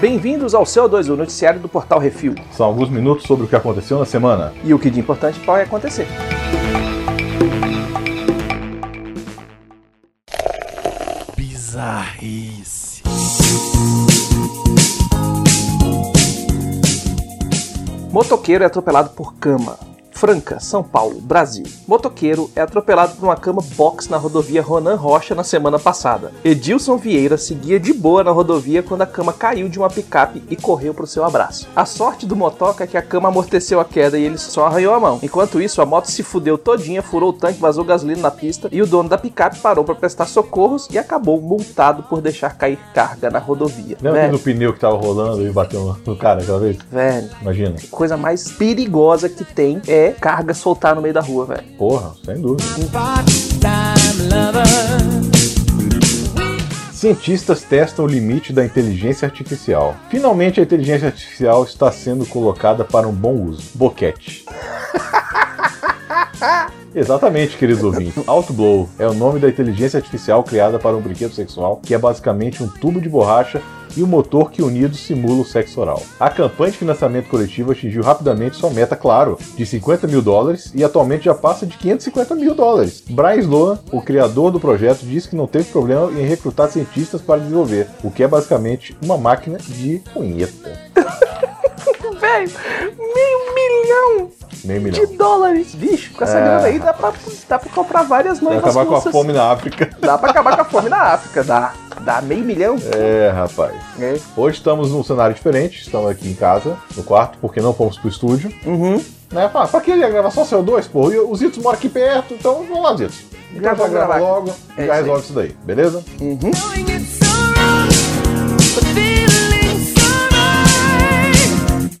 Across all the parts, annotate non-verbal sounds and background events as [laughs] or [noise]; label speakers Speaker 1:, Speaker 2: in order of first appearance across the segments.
Speaker 1: Bem-vindos ao CO2, o noticiário do Portal Refil.
Speaker 2: São alguns minutos sobre o que aconteceu na semana.
Speaker 1: E o que de importante pode acontecer.
Speaker 3: Bizarrice.
Speaker 1: Motoqueiro é atropelado por cama. Franca, São Paulo, Brasil. Motoqueiro é atropelado por uma cama box na rodovia Ronan Rocha na semana passada. Edilson Vieira seguia de boa na rodovia quando a cama caiu de uma picape e correu para o seu abraço. A sorte do motoca é que a cama amorteceu a queda e ele só arranhou a mão. Enquanto isso, a moto se fudeu todinha, furou o tanque, vazou gasolina na pista e o dono da picape parou para prestar socorros e acabou multado por deixar cair carga na rodovia.
Speaker 2: Lembra
Speaker 1: Velho,
Speaker 2: do pneu que tava rolando e bateu no- no cara aquela vez?
Speaker 1: velho,
Speaker 2: Imagina.
Speaker 1: coisa mais perigosa que tem é carga soltar no meio da rua, velho.
Speaker 2: Porra, sem dúvida.
Speaker 3: Part-time lover.
Speaker 2: Cientistas testam o limite da inteligência artificial. Finalmente, a inteligência artificial está sendo colocada para um bom uso. Boquete. Exatamente, queridos ouvintes. Outblow é o nome da inteligência artificial criada para um brinquedo sexual, que é basicamente um tubo de borracha e um motor que unidos simula o sexo oral. A campanha de financiamento coletivo atingiu rapidamente sua meta, claro, de 50 mil dólares e atualmente já passa de 550 mil dólares. Brian Sloan, o criador do projeto, disse que não teve problema em recrutar cientistas para desenvolver, o que é basicamente uma máquina de punheta.
Speaker 1: Então, Velho, meio milhão
Speaker 2: Meio milhão.
Speaker 1: de dólares. Bicho, com essa
Speaker 2: É.
Speaker 1: grana aí dá pra, dá pra comprar várias
Speaker 2: Vai
Speaker 1: noivas
Speaker 2: acabar com a
Speaker 1: russas.
Speaker 2: fome na África.
Speaker 1: Dá pra acabar com a fome na África, dá. Dá meio milhão.
Speaker 2: É, rapaz.
Speaker 1: É.
Speaker 2: Hoje estamos num cenário diferente, estamos aqui em casa, no quarto, porque não fomos pro estúdio.
Speaker 1: Uhum.
Speaker 2: Né? Pra, pra que ele ia gravar só CO2, pô? E os Zitos moram aqui perto, então vamos lá, Zitos. Então
Speaker 1: Grava,
Speaker 2: já grava
Speaker 1: grava.
Speaker 2: logo
Speaker 1: É
Speaker 2: e
Speaker 1: isso
Speaker 2: já
Speaker 1: aí.
Speaker 2: resolve isso daí, beleza?
Speaker 1: Uhum.
Speaker 3: Knowing it's so wrong, but feeling so right.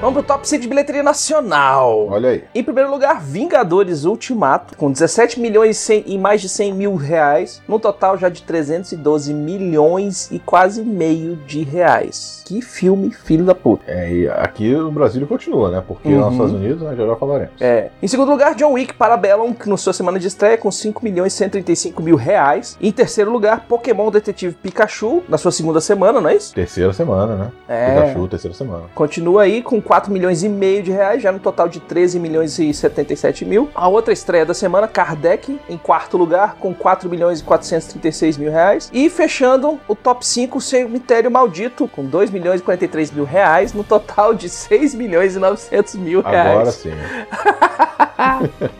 Speaker 1: Vamos pro top 5 de bilheteria nacional.
Speaker 2: Olha aí.
Speaker 1: Em primeiro lugar, Vingadores Ultimato, com 17 milhões e, 100 e mais de 100 mil reais, num total já de 312 milhões e quase meio de reais. Que filme, filho da puta.
Speaker 2: É, e aqui no Brasil continua, né? Porque
Speaker 1: Uhum.
Speaker 2: lá nos Estados Unidos, né, já já falaremos.
Speaker 1: É. Em segundo lugar, John Wick Parabellum, que na sua semana de estreia com 5 milhões e 135 mil reais. Em terceiro lugar, Pokémon Detetive Pikachu, na sua segunda semana, não é isso?
Speaker 2: Terceira semana, né?
Speaker 1: É.
Speaker 2: Pikachu, terceira semana.
Speaker 1: Continua aí com 4 milhões e meio de reais, já no total de 13 milhões e 77 mil. A outra estreia da semana, Kardec, em quarto lugar, com 4 milhões e 436 mil reais. E fechando o top 5, Cemitério Maldito, com 2 milhões e 43 mil reais, no total de 6 milhões e 900 mil reais.
Speaker 2: Agora sim. [laughs]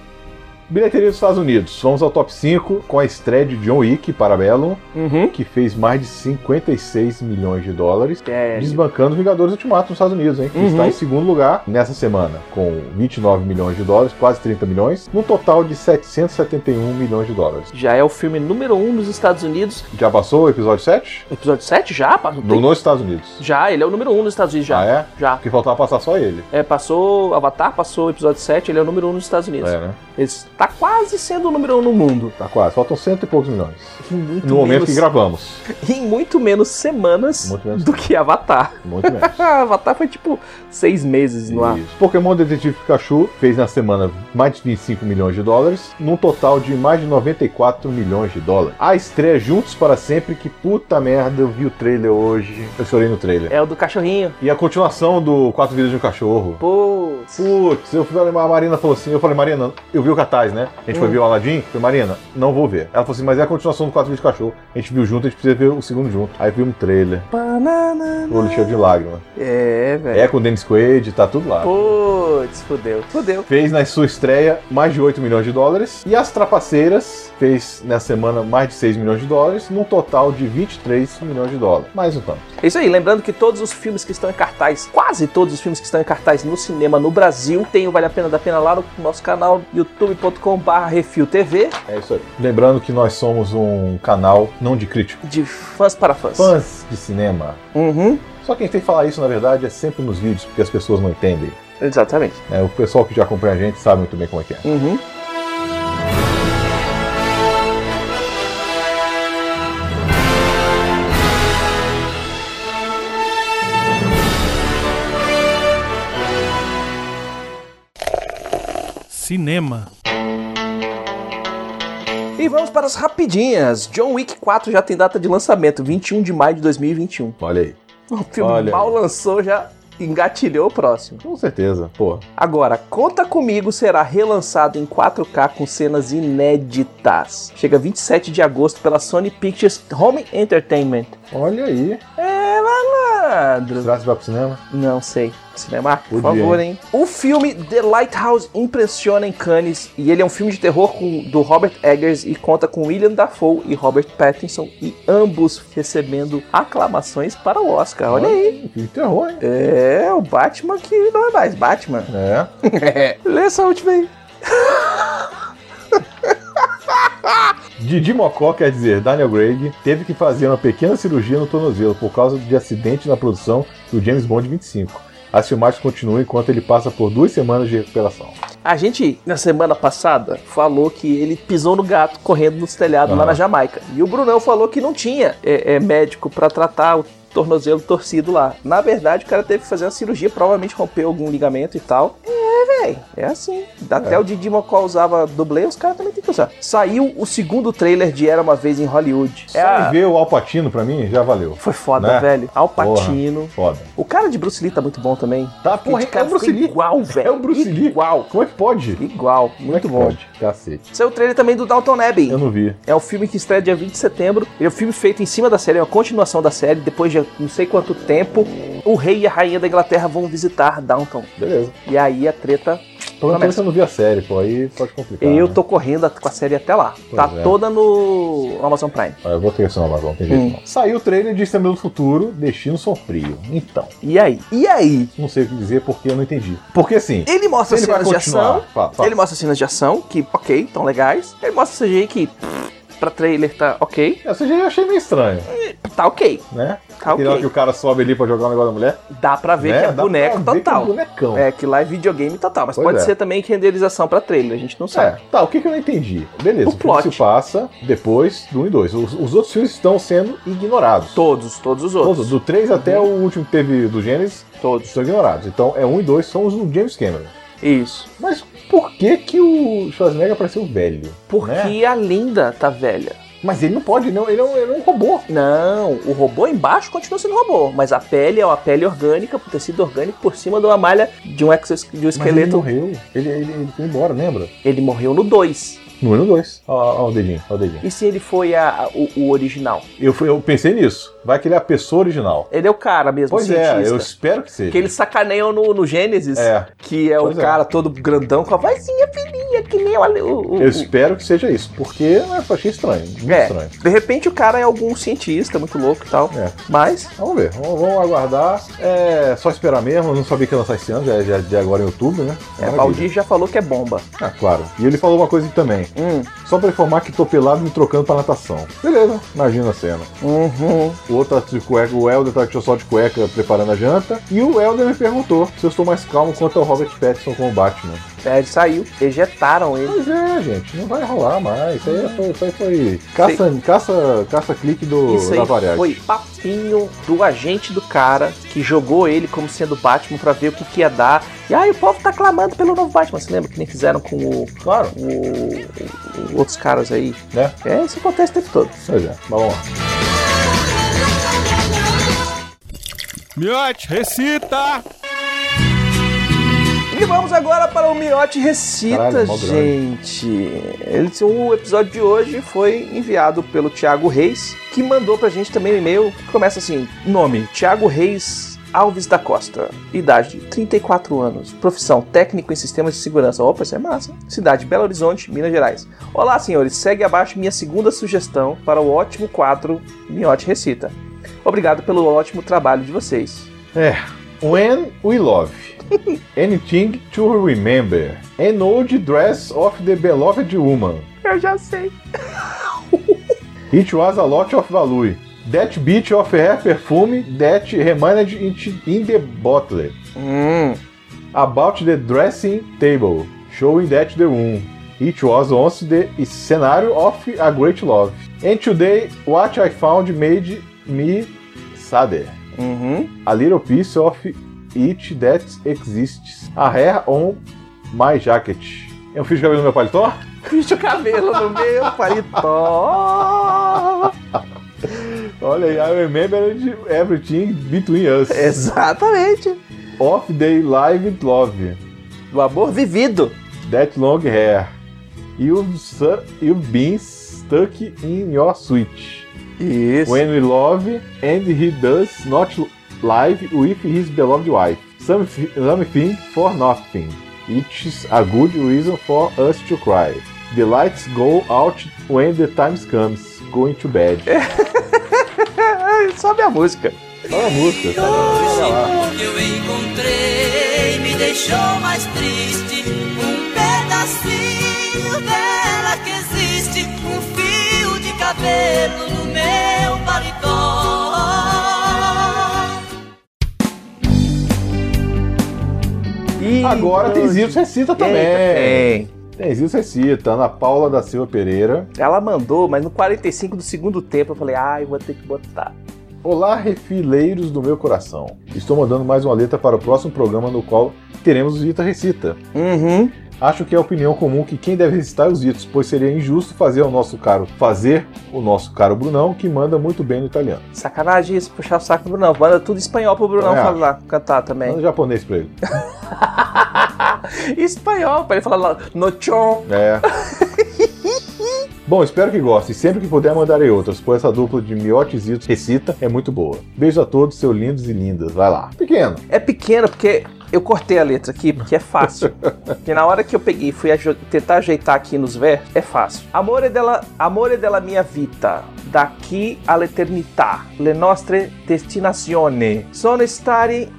Speaker 2: Bilheteria dos Estados Unidos. Vamos ao top 5 com a estreia de John Wick, Parabellum,
Speaker 1: Uhum.
Speaker 2: que fez mais de 56 milhões de dólares.
Speaker 1: É,
Speaker 2: Desbancando Vingadores Ultimato nos Estados Unidos, hein? Que
Speaker 1: Uhum.
Speaker 2: está em segundo lugar nessa semana, com 29 milhões de dólares, quase 30 milhões, num total de 771 milhões de dólares.
Speaker 1: já é o filme número 1 um nos Estados Unidos.
Speaker 2: Já passou o episódio 7?
Speaker 1: Episódio 7 já? Pá, não
Speaker 2: No,
Speaker 1: tem-
Speaker 2: nos Estados Unidos.
Speaker 1: Já, ele é o número 1 um nos Estados Unidos já.
Speaker 2: Ah, é?
Speaker 1: Já.
Speaker 2: Porque faltava passar só ele.
Speaker 1: É, passou Avatar, passou o episódio 7, ele é o número 1 um nos Estados Unidos.
Speaker 2: É, né?
Speaker 1: Ele tá quase sendo o número 1 um no mundo.
Speaker 2: Tá quase. Faltam cento e poucos
Speaker 1: [laughs]
Speaker 2: milhões.
Speaker 1: Em muito,
Speaker 2: No momento
Speaker 1: menos,
Speaker 2: que gravamos.
Speaker 1: em muito menos semanas
Speaker 2: Muito menos
Speaker 1: do que Avatar. [laughs]
Speaker 2: Muito menos.
Speaker 1: Avatar foi tipo seis meses no ar.
Speaker 2: Isso. Pokémon Detetive Pikachu fez na semana mais de 25 milhões de dólares, num total de mais de 94 milhões de dólares. A estreia Juntos para Sempre, que puta merda, eu vi o trailer hoje. Eu chorei no trailer.
Speaker 1: É o do cachorrinho.
Speaker 2: E a continuação do Quatro Vidas de um Cachorro.
Speaker 1: Pô.
Speaker 2: Putz, eu falei, a Marina falou assim, eu falei, Marina, eu vi o cartaz, né? A gente foi
Speaker 1: Hum.
Speaker 2: ver o Aladdin, eu falei, Marina, não vou ver. Ela falou assim, mas é a continuação do Quatro Vidas de um Cachorro. A gente viu junto, a gente precisa ver o segundo junto. Aí viu um trailer,
Speaker 1: Banana.
Speaker 2: o olho cheio de lágrimas.
Speaker 1: É, velho.
Speaker 2: É com o Dennis Quaid, tá tudo lá.
Speaker 1: Putz, fudeu. Fudeu.
Speaker 2: Fez na sua estreia mais de 8 milhões de dólares. E As Trapaceiras fez nessa semana mais de 6 milhões de dólares, num total de 23 milhões de dólares. Mais um tanto.
Speaker 1: É isso aí, lembrando que todos os filmes que estão em cartaz, quase todos os filmes que estão em cartaz no cinema no Brasil, tem o Vale a Pena da Pena lá no nosso canal youtube.com.br Refil TV,
Speaker 2: É isso aí. Lembrando que nós somos um canal não de crítico,
Speaker 1: de fãs para fãs.
Speaker 2: fãs de cinema.
Speaker 1: Uhum,
Speaker 2: Só quem tem que falar isso, na verdade, é sempre nos vídeos, porque as pessoas não entendem.
Speaker 1: exatamente.
Speaker 2: né? o pessoal que já acompanha a gente sabe muito bem como é que é.
Speaker 1: Uhum.
Speaker 4: cinema.
Speaker 1: E vamos para as rapidinhas. John Wick 4 já tem data de lançamento, 21 de maio de 2021.
Speaker 2: Olha aí.
Speaker 1: O filme
Speaker 2: Olha aí.
Speaker 1: mal lançou, já engatilhou o próximo.
Speaker 2: Com certeza, pô.
Speaker 1: Agora, Conta Comigo será relançado em 4K com cenas inéditas. Chega 27 de agosto pela Sony Pictures Home Entertainment.
Speaker 2: Olha aí.
Speaker 1: É malandro.
Speaker 2: Será que vai pro cinema?
Speaker 1: Não sei. Cinemark, por
Speaker 2: Podia,
Speaker 1: favor, hein? O filme The Lighthouse impressiona em Cannes e ele é um filme de terror com- do Robert Eggers e conta com William Dafoe e Robert Pattinson e ambos recebendo aclamações para o Oscar. Olha aí.
Speaker 2: Que terror, hein?
Speaker 1: É, o Batman que não é mais Batman.
Speaker 2: É.
Speaker 1: Lê essa última aí.
Speaker 2: Didi Mocó, quer dizer, Daniel Craig, teve que fazer uma pequena cirurgia no tornozelo por causa de acidente na produção do James Bond 25. As filmagens continuam enquanto ele passa por duas semanas de recuperação.
Speaker 1: A gente, na semana passada, falou que ele pisou no gato correndo nos telhados lá
Speaker 2: Ah.
Speaker 1: na Jamaica. E o Brunão falou que não tinha é, é, médico pra tratar o tornozelo torcido lá. Na verdade, o cara teve que fazer uma cirurgia, provavelmente rompeu algum ligamento e tal. É, véi, é assim. Até o Didi Mocó usava dublê, os caras também tem que usar. Saiu o segundo trailer de Era Uma Vez em Hollywood.
Speaker 2: Só
Speaker 1: É a-
Speaker 2: em ver o Alpatino pra mim já valeu.
Speaker 1: Foi foda,
Speaker 2: Né?
Speaker 1: velho. Al
Speaker 2: Porra.
Speaker 1: Pacino.
Speaker 2: Foda.
Speaker 1: O cara de Bruce Lee tá muito bom também.
Speaker 2: Tá,
Speaker 1: Porque de cara ficou igual, velho.
Speaker 2: É o Bruce Lee.
Speaker 1: Igual.
Speaker 2: Como é que pode?
Speaker 1: Igual.
Speaker 2: Como é
Speaker 1: Muito
Speaker 2: que
Speaker 1: bom.
Speaker 2: pode? Cacete.
Speaker 1: Saiu o trailer também do Downton Abbey.
Speaker 2: Eu não vi.
Speaker 1: É um filme que estreia dia 20 de setembro. Ele é um filme feito em cima da série, é uma continuação da série. Depois de não sei quanto tempo, o rei e a rainha da Inglaterra vão visitar Downton.
Speaker 2: Beleza.
Speaker 1: E aí a treta.
Speaker 2: Pelo menos
Speaker 1: Começa.
Speaker 2: eu não vi a série, pô. Aí pode complicar.
Speaker 1: eu
Speaker 2: né?
Speaker 1: tô correndo com a série até lá. tá
Speaker 2: é.
Speaker 1: toda no Amazon Prime.
Speaker 2: Ah, Eu vou ter que ser uma Amazon, tem
Speaker 1: Hum.
Speaker 2: jeito não. Saiu o trailer de Exterminador do Futuro, Destino Sombrio. Então,
Speaker 1: E aí? E aí?
Speaker 2: não sei o que dizer porque eu não entendi. Porque assim,
Speaker 1: Ele mostra
Speaker 2: Ele vai
Speaker 1: cenas de
Speaker 2: continuar.
Speaker 1: ação.
Speaker 2: Fala, fala.
Speaker 1: Ele mostra cenas de ação, que ok, tão legais. Ele mostra CGI que. pff, Pra trailer tá ok.
Speaker 2: eu seja, eu É, achei meio estranho,
Speaker 1: Tá ok.
Speaker 2: né?
Speaker 1: Tá
Speaker 2: Aquele hora
Speaker 1: ok.
Speaker 2: que o cara sobe ali pra jogar o negócio da mulher.
Speaker 1: Dá pra ver que
Speaker 2: né?
Speaker 1: é
Speaker 2: Dá pra
Speaker 1: boneco
Speaker 2: ver que
Speaker 1: total.
Speaker 2: É, um bonecão.
Speaker 1: É, que lá é videogame total, mas
Speaker 2: Pois
Speaker 1: pode
Speaker 2: é.
Speaker 1: ser também renderização pra trailer, a gente não
Speaker 2: É,
Speaker 1: sabe.
Speaker 2: tá, o que, que eu não entendi? Beleza,
Speaker 1: O
Speaker 2: o, filme
Speaker 1: plot.
Speaker 2: se passa depois do 1 e 2. Os, os outros filmes estão sendo ignorados.
Speaker 1: Todos, todos os outros.
Speaker 2: Todos, do 3 até o último que teve do Gênesis,
Speaker 1: Todos.
Speaker 2: são ignorados. Então é 1 e 2 são os do James Cameron.
Speaker 1: Isso.
Speaker 2: Mas por que que o Schwarzenegger apareceu velho?
Speaker 1: Porque
Speaker 2: Né?
Speaker 1: a Linda tá velha.
Speaker 2: Mas ele não pode, não. Ele é um, ele é um robô.
Speaker 1: Não, o robô embaixo continua sendo robô, mas a pele é uma pele orgânica, o tecido orgânico por cima de uma malha de um, exos, de um
Speaker 2: Mas ele
Speaker 1: esqueleto.
Speaker 2: morreu. Ele, ele, ele foi embora, lembra?
Speaker 1: Ele morreu no 2.
Speaker 2: Número 2. Ó, ó o dedinho, ó o dedinho.
Speaker 1: E se ele foi a- a- o, o original?
Speaker 2: Eu, fui- eu pensei nisso. Vai que ele é a pessoa original.
Speaker 1: Ele é o cara mesmo,
Speaker 2: Pois
Speaker 1: o cientista.
Speaker 2: é, eu espero que seja.
Speaker 1: Que eles sacaneiam no, no Gênesis,
Speaker 2: É.
Speaker 1: que é
Speaker 2: Pois
Speaker 1: o
Speaker 2: é.
Speaker 1: cara todo grandão com a vozinha fininha, que nem o- o, o,
Speaker 2: Eu espero que seja isso, porque né, eu achei estranho. Muito
Speaker 1: É,
Speaker 2: estranho.
Speaker 1: de repente o cara é algum cientista muito louco e tal.
Speaker 2: É.
Speaker 1: Mas,
Speaker 2: Vamos ver, vamos, vamos aguardar. É só esperar mesmo, eu não sabia que ia lançar esse ano, já, já, já agora em outubro, né?
Speaker 1: é,
Speaker 2: Maravilha.
Speaker 1: Valdir já falou que é bomba.
Speaker 2: Ah, claro. E ele falou uma coisa aqui também.
Speaker 1: Hum,
Speaker 2: Só pra informar que tô pelado me trocando pra natação. Beleza, imagina a cena.
Speaker 1: uhum.
Speaker 2: O outro tá de cueca, o Helder tá só de cueca preparando a janta. E o Helder me perguntou se eu estou mais calmo quanto ao Robert Pattinson com o Batman.
Speaker 1: É, ele saiu, ejetaram ele.
Speaker 2: Mas é, gente, não vai rolar mais. Isso aí é, foi, isso aí foi caça, caça, caça clique do
Speaker 1: Isso
Speaker 2: da
Speaker 1: aí
Speaker 2: variedade.
Speaker 1: foi papinho do agente do cara que jogou ele como sendo Batman pra ver o que, que ia dar. E aí o povo tá clamando pelo novo Batman. Você lembra que nem fizeram com o,
Speaker 2: Claro,
Speaker 1: o- o- outros caras aí?
Speaker 2: né?
Speaker 1: É, isso acontece o tempo todo.
Speaker 2: Pois é, mas vamos lá.
Speaker 4: Miote, recita!
Speaker 1: E vamos agora para o Miote Recita,
Speaker 2: Caralho, mó
Speaker 1: gente. Ele, o episódio de hoje foi enviado pelo Thiago Reis, que mandou pra gente também um e-mail que começa assim: nome Thiago Reis Alves da Costa, idade 34 anos, profissão técnico em sistemas de segurança. Opa, isso é massa. hein? Cidade Belo Horizonte, Minas Gerais. Olá, senhores. Segue abaixo minha segunda sugestão para o ótimo quadro Miote Recita. Obrigado pelo ótimo trabalho de vocês.
Speaker 2: É, When We Love. Anything to Remember. An old dress of the beloved woman.
Speaker 1: Eu já sei.
Speaker 2: It was a lot of value. That bit of hair perfume that remained in, in the bottle.
Speaker 1: Hum.
Speaker 2: About the dressing table. Showing that the room. It was once the scenario of a great love. And today what I found made me sadder.
Speaker 1: Uhum.
Speaker 2: A little piece of it that exists. A hair on my jacket. Eu fiz o cabelo no meu paletó? [laughs]
Speaker 1: Puxa o cabelo no meu paletó.
Speaker 2: Olha aí, I remember everything between us.
Speaker 1: Exatamente.
Speaker 2: Off day live and love.
Speaker 1: Do amor vivido.
Speaker 2: That long hair. You've, su- you've been stuck in your switch.
Speaker 1: Isso.
Speaker 2: When we love and he does not live with his beloved wife. Some thi- Something for nothing. It's a good reason for us to cry. The lights go out when the time comes. Going to bed.
Speaker 1: Sobe a música.
Speaker 2: Olha a música, cara. Olha lá.
Speaker 4: que eu encontrei me deixou mais triste. Um pedacinho dela que existe, um fio de cabelo no meu paletó.
Speaker 1: E
Speaker 2: Agora tem Zitos Recita também.
Speaker 1: Eita, é. tem.
Speaker 2: Tem Zitos Recita. Ana Paula da Silva Pereira.
Speaker 1: Ela mandou, mas no 45 do segundo tempo eu falei, ah, eu vou ter que botar.
Speaker 2: Olá, refileiros do meu coração. Estou mandando mais uma letra para o próximo programa no qual teremos Zita Recita.
Speaker 1: Uhum.
Speaker 2: Acho que é opinião comum que quem deve recitar é os Zitos, pois seria injusto fazer ao nosso caro fazer o nosso caro Brunão, que manda muito bem no italiano.
Speaker 1: Sacanagem isso, puxar o saco do Brunão. Manda tudo em espanhol pro Brunão
Speaker 2: É.
Speaker 1: falar, cantar também.
Speaker 2: Manda japonês pra ele.
Speaker 1: espanhol, pra ele falar lá, nochon.
Speaker 2: É. Bom, espero que gostem. Sempre que puder, mandarei outras, pois essa dupla de miotes e recita é muito boa. Beijo a todos, seus lindos e lindas. Vai lá. Pequeno.
Speaker 1: É pequeno porque eu cortei a letra aqui, porque é fácil. porque na hora que eu peguei e fui aje- tentar ajeitar aqui nos versos, é fácil. Amore della, amore della mia vita, daqui all'eternità, le nostre destinazioni sono stati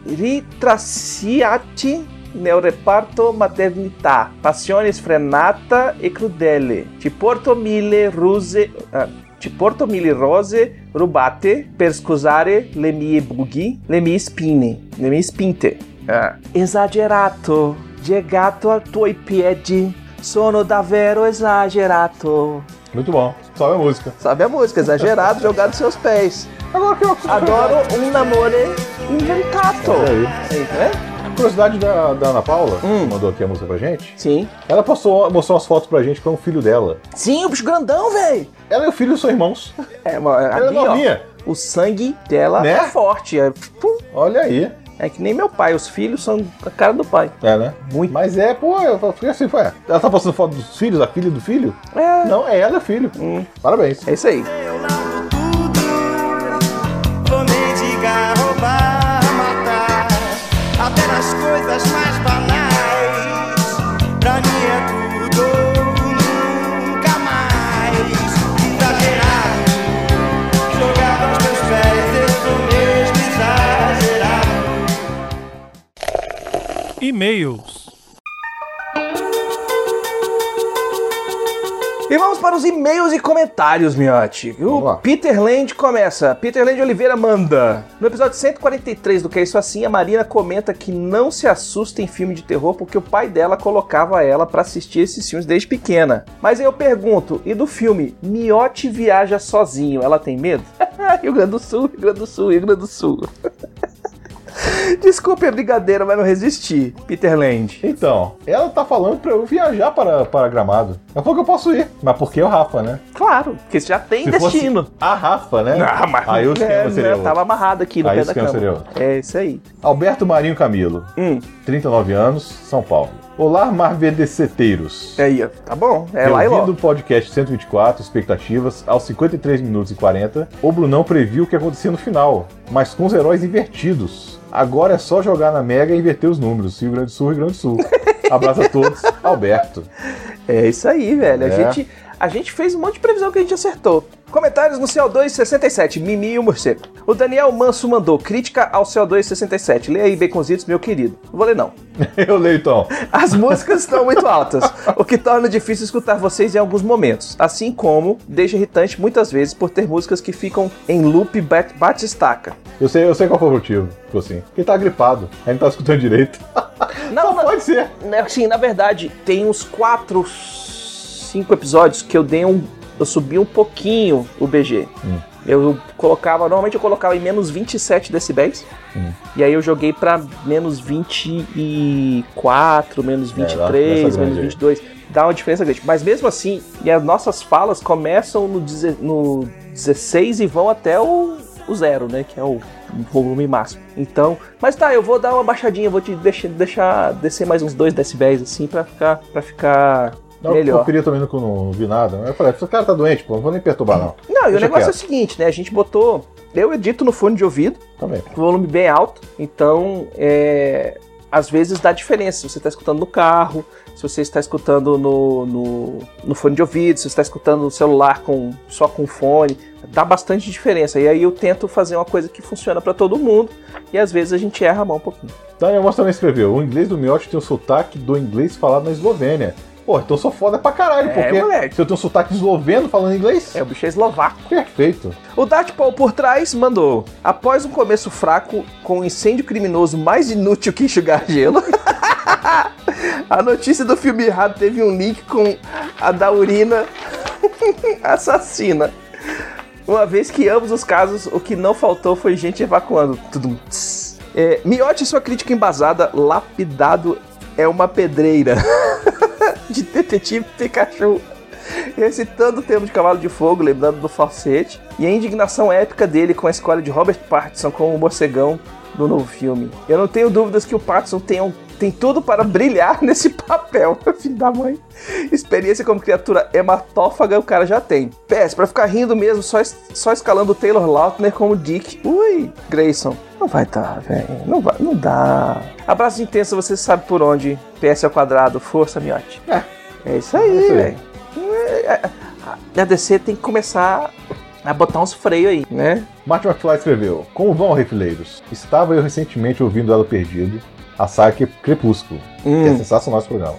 Speaker 1: ritracciati nel reparto maternità, passione sfrenata e crudele. Ti porto mille rose... ah, Ti porto mille rose rubate per scusare le mie bugie, le mie spine, le mie spinte. Ah. Esagerato, llegato ai tuoi piedi, sono davvero esagerato.
Speaker 2: Muito bom. Sobe a música.
Speaker 1: Sabe a música, exagerado, jogado aos seus pés.
Speaker 2: Agora que eu...
Speaker 1: Adoro um namoro inventato.
Speaker 2: Olha aí.
Speaker 1: Aí, né?
Speaker 2: Curiosidade da, da Ana Paula,
Speaker 1: Hum.
Speaker 2: que mandou aqui a música pra gente.
Speaker 1: Sim.
Speaker 2: Ela postou, mostrou umas fotos pra gente com o filho dela.
Speaker 1: Sim, o bicho grandão, velho.
Speaker 2: Ela e o filho são irmãos.
Speaker 1: É, mas
Speaker 2: Ela é
Speaker 1: ali, ó,
Speaker 2: novinha.
Speaker 1: o sangue dela
Speaker 2: Né?
Speaker 1: é forte. É, pum,
Speaker 2: Olha aí.
Speaker 1: é que nem meu pai, os filhos são a cara do pai.
Speaker 2: É, né?
Speaker 1: Muito.
Speaker 2: Mas é, pô, eu fiquei assim, foi. Ela tá postando foto dos filhos, a filha do filho?
Speaker 1: É.
Speaker 2: Não, é ela e o filho.
Speaker 1: Hum.
Speaker 2: Parabéns.
Speaker 1: É isso aí.
Speaker 4: Eu largo tudo, vou mendigar, roubar, matar, até nas coisas mais banais. Pra mim é tudo ou nunca mais. Exagerado, jogado aos teus pés, eu sou mesmo exagerado.
Speaker 5: E-mails.
Speaker 1: E vamos para os e-mails e comentários, Miotti.
Speaker 2: Vamos
Speaker 1: O
Speaker 2: lá.
Speaker 1: Peter Land começa. Peter Land Oliveira manda. No episódio 143 do Que é Isso Assim, a Marina comenta que não se assusta em filme de terror porque o pai dela colocava ela pra assistir esses filmes desde pequena. Mas aí eu pergunto, e do filme Miotti viaja sozinho, ela tem medo? [laughs] Rio Grande do Sul, Rio Grande do Sul, Rio Grande do Sul. [laughs] Desculpe a brigadeira, mas não resisti. Peter Land.
Speaker 2: Então, ela tá falando pra eu viajar para, para Gramado. Ela falou que eu posso ir. Mas porque o Rafa, né?
Speaker 1: Claro, porque você já tem destino.
Speaker 2: fosse a Rafa, né? Aí
Speaker 1: [laughs]
Speaker 2: o esquema
Speaker 1: É,
Speaker 2: seria
Speaker 1: né,
Speaker 2: outro.
Speaker 1: Tava amarrado aqui no
Speaker 2: Aí
Speaker 1: pé
Speaker 2: o
Speaker 1: da
Speaker 2: esquema
Speaker 1: cama.
Speaker 2: seria outro.
Speaker 1: É isso aí.
Speaker 2: Alberto Marinho Camilo,
Speaker 1: Hum,
Speaker 2: 39 anos, São Paulo. Olá, marvedeceteiros.
Speaker 1: é aí, ó. tá bom. É lá e
Speaker 2: Reunido
Speaker 1: logo.
Speaker 2: o podcast 124, expectativas, aos 53 minutos e 40, o Brunão previu o que acontecia no final, mas com os heróis invertidos. Agora é só jogar na Mega e inverter os números. Rio Grande do Sul, Rio Grande
Speaker 1: [laughs]
Speaker 2: do Sul. Abraço a todos, Alberto. [laughs]
Speaker 1: É isso aí, velho. A,
Speaker 2: É.
Speaker 1: gente, a gente fez um monte de previsão que a gente acertou. Comentários no CO267, Mimi e o Morcego. O Daniel Manso mandou crítica ao CO267. Lê aí, Baconzitos, meu querido. Não vou ler, não.
Speaker 2: Eu leio então.
Speaker 1: As músicas estão muito altas, o que torna difícil escutar vocês em alguns momentos. Assim como deixa irritante muitas vezes por ter músicas que ficam em loop bat- bate-estaca.
Speaker 2: Eu sei, eu sei qual foi o motivo. Ficou assim. Porque tá gripado. Aí não tá escutando direito. [laughs]
Speaker 1: Não, não,
Speaker 2: Pode ser.
Speaker 1: né, assim, na verdade, tem uns 4, 5 episódios que eu dei um. Eu subi um pouquinho o BG. Eu colocava. Normalmente eu colocava em menos 27 decibéis. E aí eu joguei pra menos 24, menos
Speaker 2: nessa
Speaker 1: 23,
Speaker 2: grande
Speaker 1: menos
Speaker 2: aí.
Speaker 1: 22. dá uma diferença grande. Mas mesmo assim, e as nossas falas começam no, deze- no 16 e vão até o, o zero, né? Que é o volume máximo. Então, mas tá, eu vou dar uma baixadinha, vou te deixar, deixar descer mais uns 2 decibéis assim pra ficar para ficar
Speaker 2: Não,
Speaker 1: melhor.
Speaker 2: Eu queria também, não, não vi nada. mas Eu falei, esse cara tá doente, pô, não vou nem perturbar, não.
Speaker 1: Não, e o
Speaker 2: Deixa
Speaker 1: negócio é o
Speaker 2: quieto.
Speaker 1: seguinte, né? A gente botou. Eu edito no fone de ouvido,
Speaker 2: Também.
Speaker 1: com volume bem alto, então é, às vezes dá diferença. Se você está escutando no carro, se você está escutando no, no, no fone de ouvido, se você está escutando no celular com, só com fone, dá bastante diferença. E aí eu tento fazer uma coisa que funciona para todo mundo, e às vezes a gente erra a mão um pouquinho.
Speaker 2: Daniel Moss também escreveu: o inglês do Miotti tem o sotaque do inglês falado na Eslovênia. Pô, então eu sou foda pra caralho,
Speaker 1: É,
Speaker 2: porque
Speaker 1: moleque.
Speaker 2: se eu tenho um sotaque esloveno falando inglês,
Speaker 1: É, o bicho é eslovaco.
Speaker 2: perfeito.
Speaker 1: O Dart Paul por trás mandou. Após um começo fraco, com um incêndio criminoso mais inútil que enxugar gelo. [laughs] a notícia do filme errado teve um link com a da urina [laughs] assassina. Uma vez que ambos os casos, o que não faltou foi gente evacuando. Tudum, tss. É, Miotti, sua crítica embasada, lapidado é uma pedreira. [laughs] de detetive Pikachu. Recitando o termo de cavalo de fogo, lembrando do falsete, e a indignação épica dele com a escolha de Robert Pattinson como o morcegão do novo filme. Eu não tenho dúvidas que o Pattinson tem, um- tem tudo para brilhar [laughs] nesse papel, filho da mãe. Experiência como criatura hematófaga o cara já tem. PS, pra ficar rindo mesmo, só, es- só escalando o Taylor Lautner como Dick. Ui, Grayson. Não vai dar, velho. Não, vai- não dá. Abraço intenso, você sabe por onde. PS ao quadrado, força, miote. É isso
Speaker 2: É
Speaker 1: aí,
Speaker 2: isso aí.
Speaker 1: velho. é, A DC tem que começar a botar uns freios aí, né?
Speaker 2: Martin McFly escreveu: Como vão, refileiros? Estava eu recentemente ouvindo Elo Perdido, a saga Crepúsculo, que
Speaker 1: Hum.
Speaker 2: é sensacional esse programa.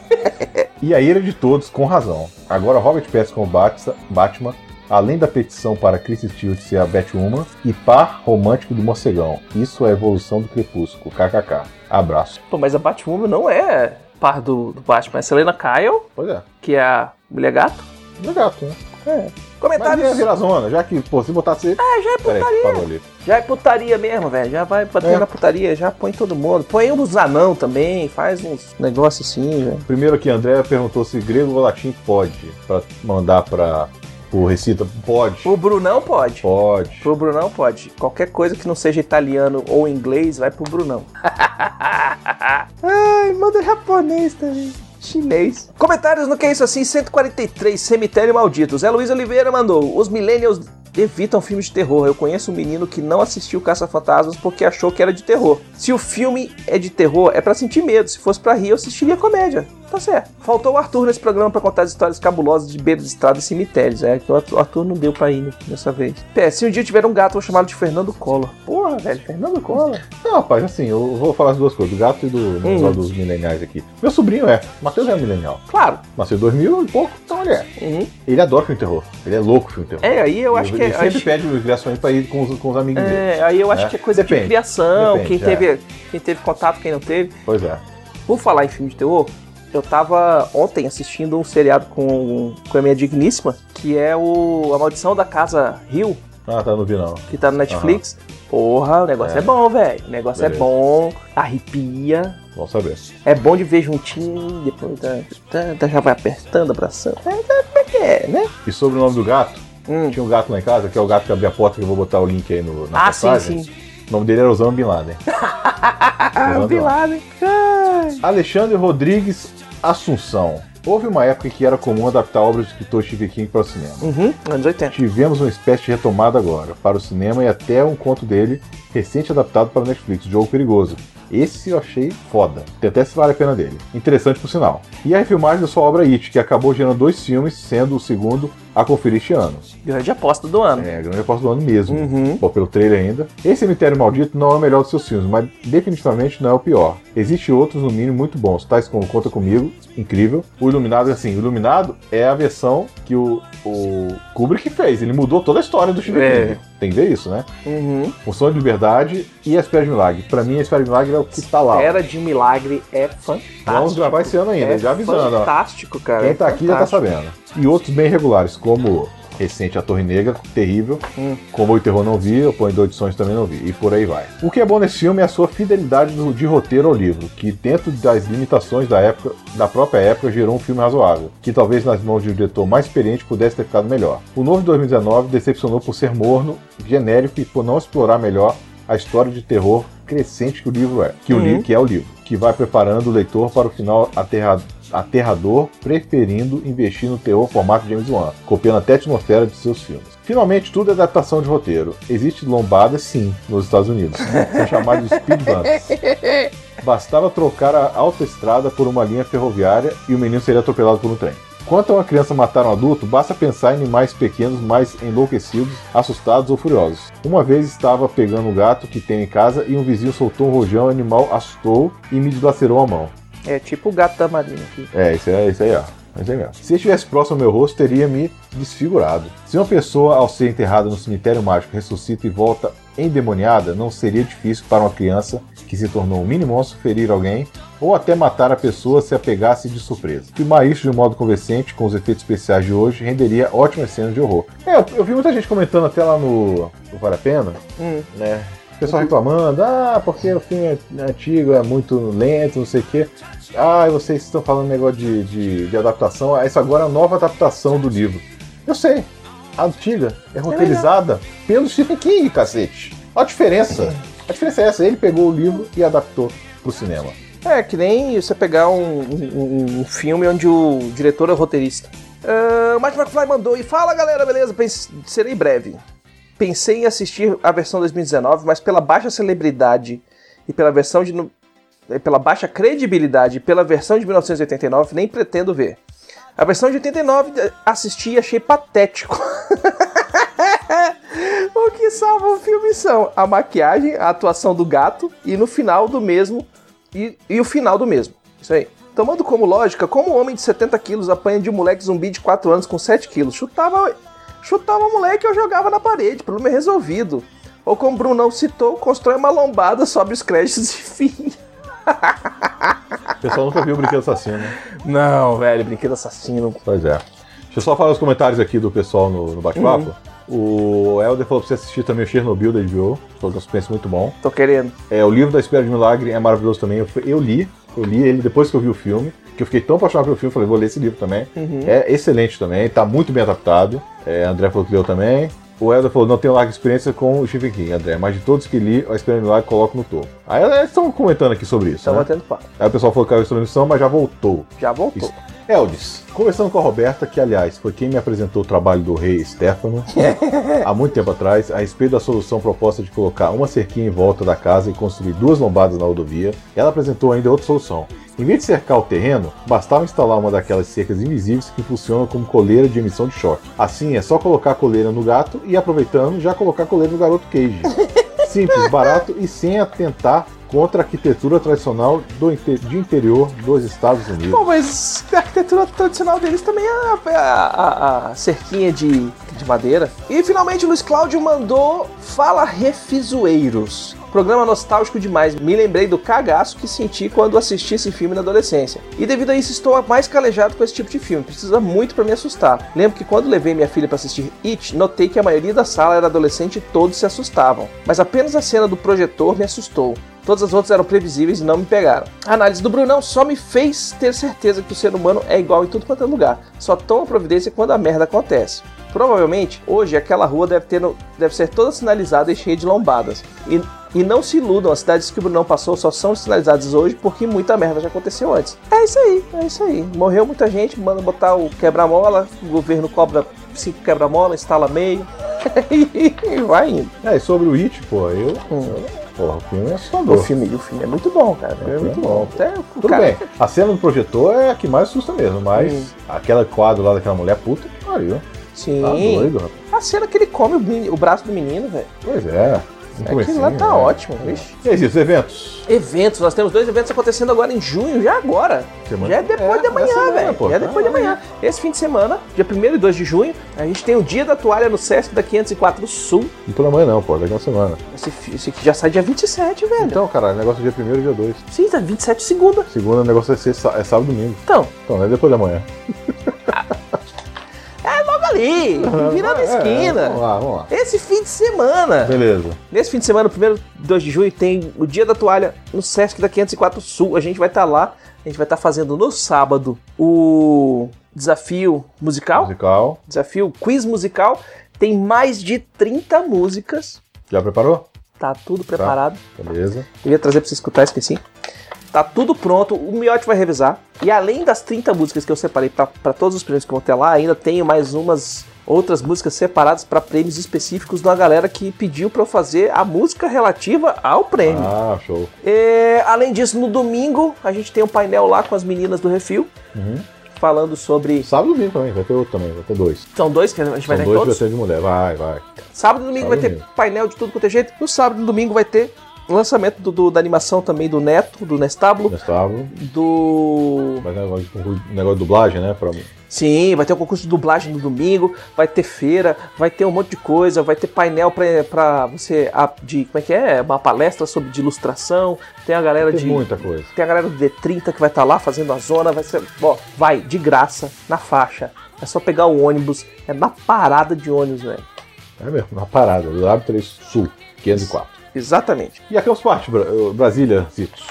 Speaker 2: e a ira de todos, com razão. Agora Robert Pattinson como Bat- Batman, além da petição para Chris Stewart ser a Batwoman e par romântico do morcegão. Isso é a evolução do Crepúsculo, kkk. Abraço.
Speaker 1: Pô, mas a Batwoman não é par do, do Batman, é a Selena Kyle,
Speaker 2: Pois é,
Speaker 1: que é a mulher gato.
Speaker 2: de gato, né? Mas
Speaker 1: Comentários.
Speaker 2: ia virar zona, já que, pô, se botasse...
Speaker 1: Ah, já é
Speaker 2: Peraí,
Speaker 1: putaria.
Speaker 2: parou ali.
Speaker 1: Já é putaria mesmo, velho. Já vai bater
Speaker 2: É.
Speaker 1: na putaria, já põe todo mundo. Põe uns anão também, faz uns negócios assim, velho.
Speaker 2: Primeiro aqui, André perguntou se grego ou latim pode pra mandar pra o Recita. Pode.
Speaker 1: O Brunão pode.
Speaker 2: Pode.
Speaker 1: Pro Brunão pode. Qualquer coisa que não seja italiano ou inglês, vai pro Brunão. Ai, manda japonês também. Chinês. Comentários no que é isso assim, 143, Cemitério Maldito. Zé Luiz Oliveira mandou. Os millennials evitam filmes de terror. Eu conheço um menino que não assistiu Caça-Fantasmas porque achou que era de terror. Se o filme é de terror, é pra sentir medo. Se fosse pra rir, eu assistiria comédia. Tá certo. Faltou o Arthur nesse programa pra contar as histórias cabulosas de beira de estrada e cemitérios. É que o Arthur o Arthur não deu pra ir né, dessa vez. Pé, se um dia tiver um gato, eu vou chamá-lo de Fernando Collor. Porra, velho, Fernando Collor.
Speaker 2: Não, rapaz, assim, eu vou falar as duas coisas, do gato e do no
Speaker 1: Hum.
Speaker 2: episódio dos mileniais aqui. Meu sobrinho é, o Matheus é um milenial.
Speaker 1: Claro.
Speaker 2: Nasceu em 2000 e pouco, então ele é.
Speaker 1: Uhum.
Speaker 2: Ele adora filme de terror. Ele é louco filme de terror.
Speaker 1: É, aí eu acho
Speaker 2: ele,
Speaker 1: que é.
Speaker 2: Ele sempre
Speaker 1: acho-
Speaker 2: pede ligações pra ir com os, com os amigos dele.
Speaker 1: É, aí eu acho
Speaker 2: né?
Speaker 1: que é coisa de
Speaker 2: Depende.
Speaker 1: criação,
Speaker 2: Depende,
Speaker 1: quem,
Speaker 2: é.
Speaker 1: teve, quem teve contato, quem não teve.
Speaker 2: Pois é.
Speaker 1: Por falar em filme de terror, eu tava ontem assistindo um seriado com, com a minha digníssima, que é o A Maldição da Casa Rio,
Speaker 2: Ah, tá, não vi não.
Speaker 1: que tá no Netflix. Porra, o negócio é,
Speaker 2: É.
Speaker 1: bom, velho. O negócio é
Speaker 2: Beleza.
Speaker 1: bom, arrepia.
Speaker 2: Vamos saber.
Speaker 1: É bom de ver juntinho, depois tá, tá- tá- já vai apertando, abraçando. É, tá- como é que é, né?
Speaker 2: E sobre o nome do gato,
Speaker 1: Hum.
Speaker 2: tinha um gato lá em casa, que é o gato que abriu a porta, que eu vou botar o link aí no, na
Speaker 1: Ah, sim,
Speaker 2: postagem. O nome dele era Osama
Speaker 1: [laughs]
Speaker 2: Bin Laden.
Speaker 1: Ah, o
Speaker 2: Osama
Speaker 1: Bin Laden. Ah. Ai.
Speaker 2: Alexandre Rodrigues Assunção. Houve uma época em que era comum adaptar obras do escritor Stephen King para o cinema.
Speaker 1: Uhum, anos 80.
Speaker 2: Tivemos uma espécie de retomada agora para o cinema e até um conto dele recente adaptado para o Netflix, Jogo Perigoso. Esse eu achei foda. Tem até se vale a pena dele. Interessante por sinal. E a refilmagem da sua obra It, que acabou gerando dois filmes, sendo o segundo a conferir este ano.
Speaker 1: Grande aposta do ano.
Speaker 2: É, a grande aposta do ano mesmo.
Speaker 1: Uhum.
Speaker 2: Pô, pelo trailer ainda. Esse Cemitério Maldito não é o melhor dos seus filmes, mas definitivamente não é o pior. Existem outros, no mínimo, muito bons, tais como Conta Comigo, incrível. O Iluminado, assim, o Iluminado é a versão que o, o Kubrick fez. Ele mudou toda a história do Stephen
Speaker 1: É.
Speaker 2: King. Tem que ver isso, né?
Speaker 1: Uhum.
Speaker 2: O Sonho de Liberdade e a Espera de Milagre. Pra mim, a Espera de Milagre é o que tá lá.
Speaker 1: Era de um milagre é fantástico.
Speaker 2: Vamos gravar esse ano ainda,
Speaker 1: é
Speaker 2: já avisando. ó.
Speaker 1: Fantástico, cara. é
Speaker 2: Quem tá aqui já tá
Speaker 1: Fantástico.
Speaker 2: sabendo. E outros bem regulares, como recente, A Torre Negra, terrível.
Speaker 1: Hum.
Speaker 2: Como o Terror não vi, o Põe de Edições também não vi. E por aí vai. O que é bom nesse filme é a sua fidelidade do- de roteiro ao livro, que dentro das limitações da época, da própria época, gerou um filme razoável, que talvez nas mãos de um diretor mais experiente pudesse ter ficado melhor. O novo de 2019 decepcionou por ser morno, genérico e por não explorar melhor a história de terror crescente que o livro é,
Speaker 1: Uhum.
Speaker 2: que, o li, que é o livro, que vai preparando o leitor para o final aterra- aterrador, preferindo investir no terror formato James Wan, copiando até a atmosfera de seus filmes. Finalmente, tudo é adaptação de roteiro. Existe lombada, sim, nos Estados Unidos. São chamados de speed bumps. Bastava trocar a autoestrada por uma linha ferroviária e o menino seria atropelado por um trem. Quanto a uma criança matar um adulto, basta pensar em animais pequenos mais enlouquecidos, assustados ou furiosos. Uma vez estava pegando um gato que tem em casa e um vizinho soltou um rojão, o animal assustou e me deslacerou a mão.
Speaker 1: É tipo o gato da Marina aqui.
Speaker 2: É, isso aí, isso aí, ó. Isso aí mesmo. Se estivesse próximo ao meu rosto, teria me desfigurado. Se uma pessoa, ao ser enterrada no cemitério mágico, ressuscita e volta endemoniada, não seria difícil para uma criança que se tornou um mini monstro ferir alguém ou até matar a pessoa se a pegasse de surpresa. Filmar isso de um modo convincente, com os efeitos especiais de hoje, renderia ótimas cenas de horror. É, eu, eu vi muita gente comentando até lá no, no Vale a Pena,
Speaker 1: Hum.
Speaker 2: né? O pessoal reclamando, ah, porque o filme é antigo, é muito lento, não sei o quê. Ah, vocês estão falando negócio de, de, de adaptação. Ah, Isso agora é a nova adaptação do livro. Eu sei. A antiga é roteirizada pelo Stephen King, cacete. Olha a diferença. A diferença é essa. Ele pegou o livro e adaptou pro cinema.
Speaker 1: É, que nem você pegar um, um- um filme onde o diretor é roteirista. Ah, o Martin McFly mandou e fala galera, beleza? Pense- serei breve. Pensei em assistir a versão 2019, mas pela baixa celebridade e pela versão de. nu- eh, pela baixa credibilidade e pela versão de 1989, nem pretendo ver. A versão de 89 eh, assisti e achei patético. [laughs] o que salva o filme são a maquiagem, a atuação do gato e no final do mesmo e, e o final do mesmo. Isso aí. Tomando como lógica, como um homem de 70 quilos apanha de um moleque zumbi de 4 anos com 7 quilos? Chutava, chutava o moleque e eu jogava na parede, problema resolvido. Ou como o Brunão citou, constrói uma lombada, sobe os créditos e [laughs] fim.
Speaker 2: O pessoal nunca viu o Brinquedo Assassino, né?
Speaker 1: Não, velho, brinquedo assassino.
Speaker 2: Pois é. Deixa eu só falar os comentários aqui do pessoal no, no bate-papo. O Helder falou pra você assistir também o Chernobyl da HBO. Falou que é um suspense muito bom.
Speaker 1: Tô querendo.
Speaker 2: É, o livro da Espera de Milagre é maravilhoso também. Eu, fui- eu li, eu li ele depois que eu vi o filme, que eu fiquei tão apaixonado pelo filme, falei, vou ler esse livro também. É excelente também, tá muito bem adaptado. É, André falou que leu também. O Helder falou, não tenho larga experiência com o Stephen King, André, mas de todos que li, a Espera de Milagre coloco no topo. Aí é, eles estão comentando aqui sobre isso,
Speaker 1: Tá
Speaker 2: né?
Speaker 1: batendo papo.
Speaker 2: Aí o pessoal falou que caiu a transmissão, mas já voltou.
Speaker 1: Já voltou.
Speaker 2: Isso. Eldis, conversando com a Roberta, que aliás foi quem me apresentou o trabalho do rei Stefano há muito tempo atrás, a respeito da solução proposta de colocar uma cerquinha em volta da casa e construir duas lombadas na rodovia, ela apresentou ainda outra solução. Em vez de cercar o terreno, bastava instalar uma daquelas cercas invisíveis que funcionam como coleira de emissão de choque. Assim, é só colocar a coleira no gato e, aproveitando, já colocar a coleira no garoto cage. Simples, barato e sem atentar contra a arquitetura tradicional do inte- de interior dos Estados Unidos.
Speaker 1: Pô, mas a arquitetura tradicional deles também é a, a- a- a cerquinha de, de madeira. E finalmente o Luiz Cláudio mandou Fala Refizoeiros. Programa nostálgico demais. Me lembrei do cagaço que senti quando assisti esse filme na adolescência. E devido a isso estou mais calejado com esse tipo de filme. Precisa muito para me assustar. Lembro que quando levei minha filha para assistir It, notei que a maioria da sala era adolescente e todos se assustavam. Mas apenas a cena do projetor me assustou. Todas as outras eram previsíveis e não me pegaram. A análise do Brunão só me fez ter certeza que o ser humano é igual em tudo quanto é lugar. Só toma providência quando a merda acontece. Provavelmente, hoje, aquela rua deve, ter no- deve ser toda sinalizada e cheia de lombadas. E, e não se iludam, as cidades que o Brunão passou só são sinalizadas hoje porque muita merda já aconteceu antes. É isso aí, é isso aí. Morreu muita gente, manda botar o quebra-mola, o governo cobra cinco quebra-mola, instala meio. [laughs] e vai indo.
Speaker 2: É, e sobre o It, pô, eu. Porra, o filme é assustador.
Speaker 1: Hum. O filme, o filme é muito bom, cara. O filme é
Speaker 2: filme
Speaker 1: muito
Speaker 2: é bom.
Speaker 1: bom. Até o
Speaker 2: Tudo
Speaker 1: cara-
Speaker 2: bem, a cena do projetor é a que mais assusta mesmo, mas aquela quadro lá daquela mulher puta que pariu.
Speaker 1: Sim.
Speaker 2: Tá doido, rapaz.
Speaker 1: A cena que ele come o, meni- o braço do menino, velho.
Speaker 2: Pois é. no
Speaker 1: Aquilo
Speaker 2: comecinho,
Speaker 1: lá tá
Speaker 2: né?
Speaker 1: ótimo, vixe.
Speaker 2: E é isso, os eventos.
Speaker 1: Eventos, nós temos dois eventos acontecendo agora em junho, já agora.
Speaker 2: Semana-
Speaker 1: Já é depois de
Speaker 2: É, essa
Speaker 1: amanhã,
Speaker 2: semana,
Speaker 1: velho.
Speaker 2: pô.
Speaker 1: Já é depois de
Speaker 2: Ah,
Speaker 1: amanhã. Esse fim de semana, dia 1 e 2 de junho, a gente tem o Dia da Toalha no SESC da 504 Sul.
Speaker 2: Não por amanhã não, pô, daqui a uma semana.
Speaker 1: Esse, fi- esse aqui já sai dia 27, velho.
Speaker 2: Então, caralho, o negócio é dia 1 e dia 2.
Speaker 1: Sim, tá 27 segunda.
Speaker 2: Segunda o negócio é, ser, sá- é sábado e domingo.
Speaker 1: Então,
Speaker 2: Então, não é depois de amanhã.
Speaker 1: é logo ali. ali, virando
Speaker 2: É,
Speaker 1: esquina.
Speaker 2: vamos lá, vamos lá.
Speaker 1: Esse fim de semana.
Speaker 2: Beleza.
Speaker 1: Nesse fim de semana, primeiro 2 de julho, tem o Dia da Toalha no Sesc da 504 Sul. A gente vai estar lá, a gente vai estar fazendo no sábado o desafio musical,
Speaker 2: Musical.
Speaker 1: desafio quiz musical. Tem mais de 30 músicas,
Speaker 2: Já preparou?
Speaker 1: tá tudo preparado.
Speaker 2: Beleza.
Speaker 1: Eu ia trazer pra você escutar, esqueci. Tá tudo pronto, o Miotti vai revisar. E além das 30 músicas que eu separei pra- pra todos os prêmios que vão ter lá, ainda tenho mais umas outras músicas separadas pra prêmios específicos da galera que pediu pra eu fazer a música relativa ao prêmio.
Speaker 2: Ah, show.
Speaker 1: É, além disso, no domingo a gente tem um painel lá com as meninas do Refil,
Speaker 2: Uhum.
Speaker 1: falando sobre.
Speaker 2: Sábado e domingo também, vai ter outro também, vai ter dois.
Speaker 1: São dois que a gente vai
Speaker 2: São
Speaker 1: dar em
Speaker 2: dois
Speaker 1: todos.
Speaker 2: vai ter de mulher, vai, vai.
Speaker 1: Sábado e domingo
Speaker 2: Sábado
Speaker 1: vai
Speaker 2: e
Speaker 1: ter
Speaker 2: domingo.
Speaker 1: painel de tudo quanto é jeito. No sábado e domingo vai ter lançamento do, do- da animação também do Neto, do Nestábulo,
Speaker 2: Gustavo.
Speaker 1: do.
Speaker 2: Vai ter é um negócio de, concurso- negócio de dublagem, né? Pra...
Speaker 1: Sim, vai ter um concurso de dublagem no domingo, vai ter feira, vai ter um monte de coisa, vai ter painel pra, pra você. a- de, como é que é? Uma palestra sobre de ilustração, tem a galera
Speaker 2: Tem
Speaker 1: de.
Speaker 2: muita coisa.
Speaker 1: Tem a galera do D30 que vai estar lá fazendo a zona, vai ser. Ó, vai, de graça, na faixa. É só pegar o ônibus, é na parada de ônibus, velho.
Speaker 2: É mesmo, uma parada. Do W3 Sul, 504.
Speaker 1: Exatamente.
Speaker 2: E a Campus Party, Bra- eh, Brasília, Zitos.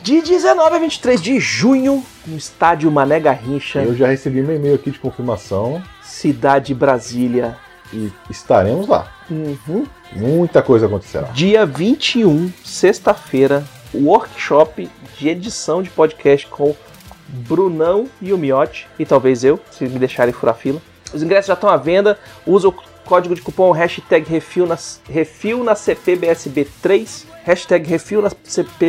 Speaker 1: De 19 a 23 de junho, no estádio Mané Garrincha,
Speaker 2: Eu já recebi meu e-mail aqui de confirmação
Speaker 1: cidade Brasília.
Speaker 2: e estaremos lá.
Speaker 1: Uhum.
Speaker 2: Muita coisa acontecerá.
Speaker 1: Dia 21, sexta-feira, workshop de edição de podcast com Brunão e o Miotti, e talvez eu, se me deixarem furar fila. Os ingressos já estão à venda, usa o código de cupom hashtag refil na, refil na CPBSB3, hashtag refil na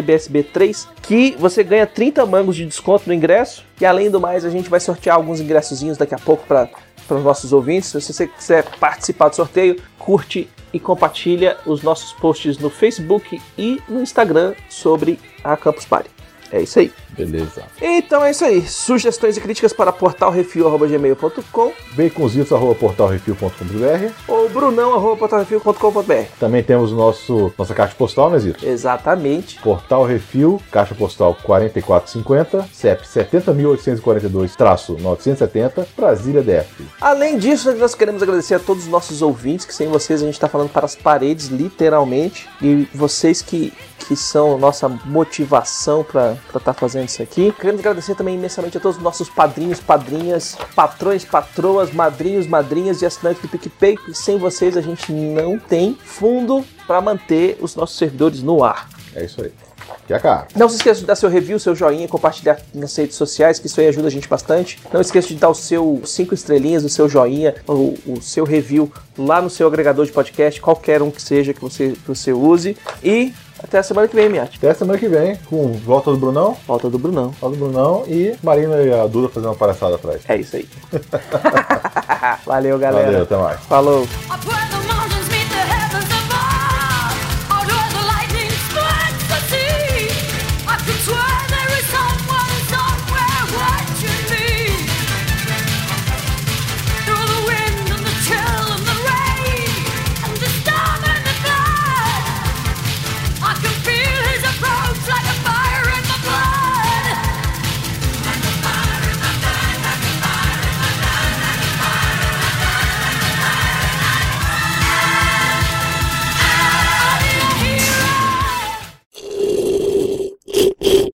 Speaker 1: CPBSB3, que você ganha 30 mangos de desconto no ingresso, e além do mais a gente vai sortear alguns ingressozinhos daqui a pouco para os nossos ouvintes. Se você quiser participar do sorteio, curte e compartilha os nossos posts no Facebook e no Instagram sobre a Campus Party. É isso aí.
Speaker 2: Beleza.
Speaker 1: Então é isso aí. Sugestões e críticas para portalrefil.gmail.com
Speaker 2: baconzitos.portalrefil.com.br
Speaker 1: ou brunão.portalrefil.com.br.
Speaker 2: Também temos o nosso, nossa caixa postal, né, Zitos?
Speaker 1: Exatamente.
Speaker 2: Portal Refil, caixa postal 4450, CEP 70.842-970, Brasília DF.
Speaker 1: Além disso, né, nós queremos agradecer a todos os nossos ouvintes, que sem vocês a gente está falando para as paredes, literalmente. E vocês que, que são nossa motivação para estar fazendo isso aqui. Queremos agradecer também imensamente a todos os nossos padrinhos, padrinhas, patrões, patroas, madrinhos, madrinhas e assinantes do PicPay, que sem vocês a gente não tem fundo para manter os nossos servidores no ar.
Speaker 2: É isso aí. Que é caro.
Speaker 1: Não se esqueça de dar seu review, seu joinha, compartilhar nas redes sociais, que isso aí ajuda a gente bastante. Não esqueça de dar o seu cinco estrelinhas, o seu joinha, o, o seu review lá no seu agregador de podcast, qualquer um que seja que você, que você use. E até a semana que vem, Miati.
Speaker 2: Até semana que vem, com volta do Brunão,
Speaker 1: Volta do Brunão.
Speaker 2: volta do Brunão e Marina e a Duda [laughs] fazendo uma palhaçada atrás.
Speaker 1: É isso aí. Valeu, galera.
Speaker 2: Valeu, até mais.
Speaker 1: Falou.
Speaker 3: I pray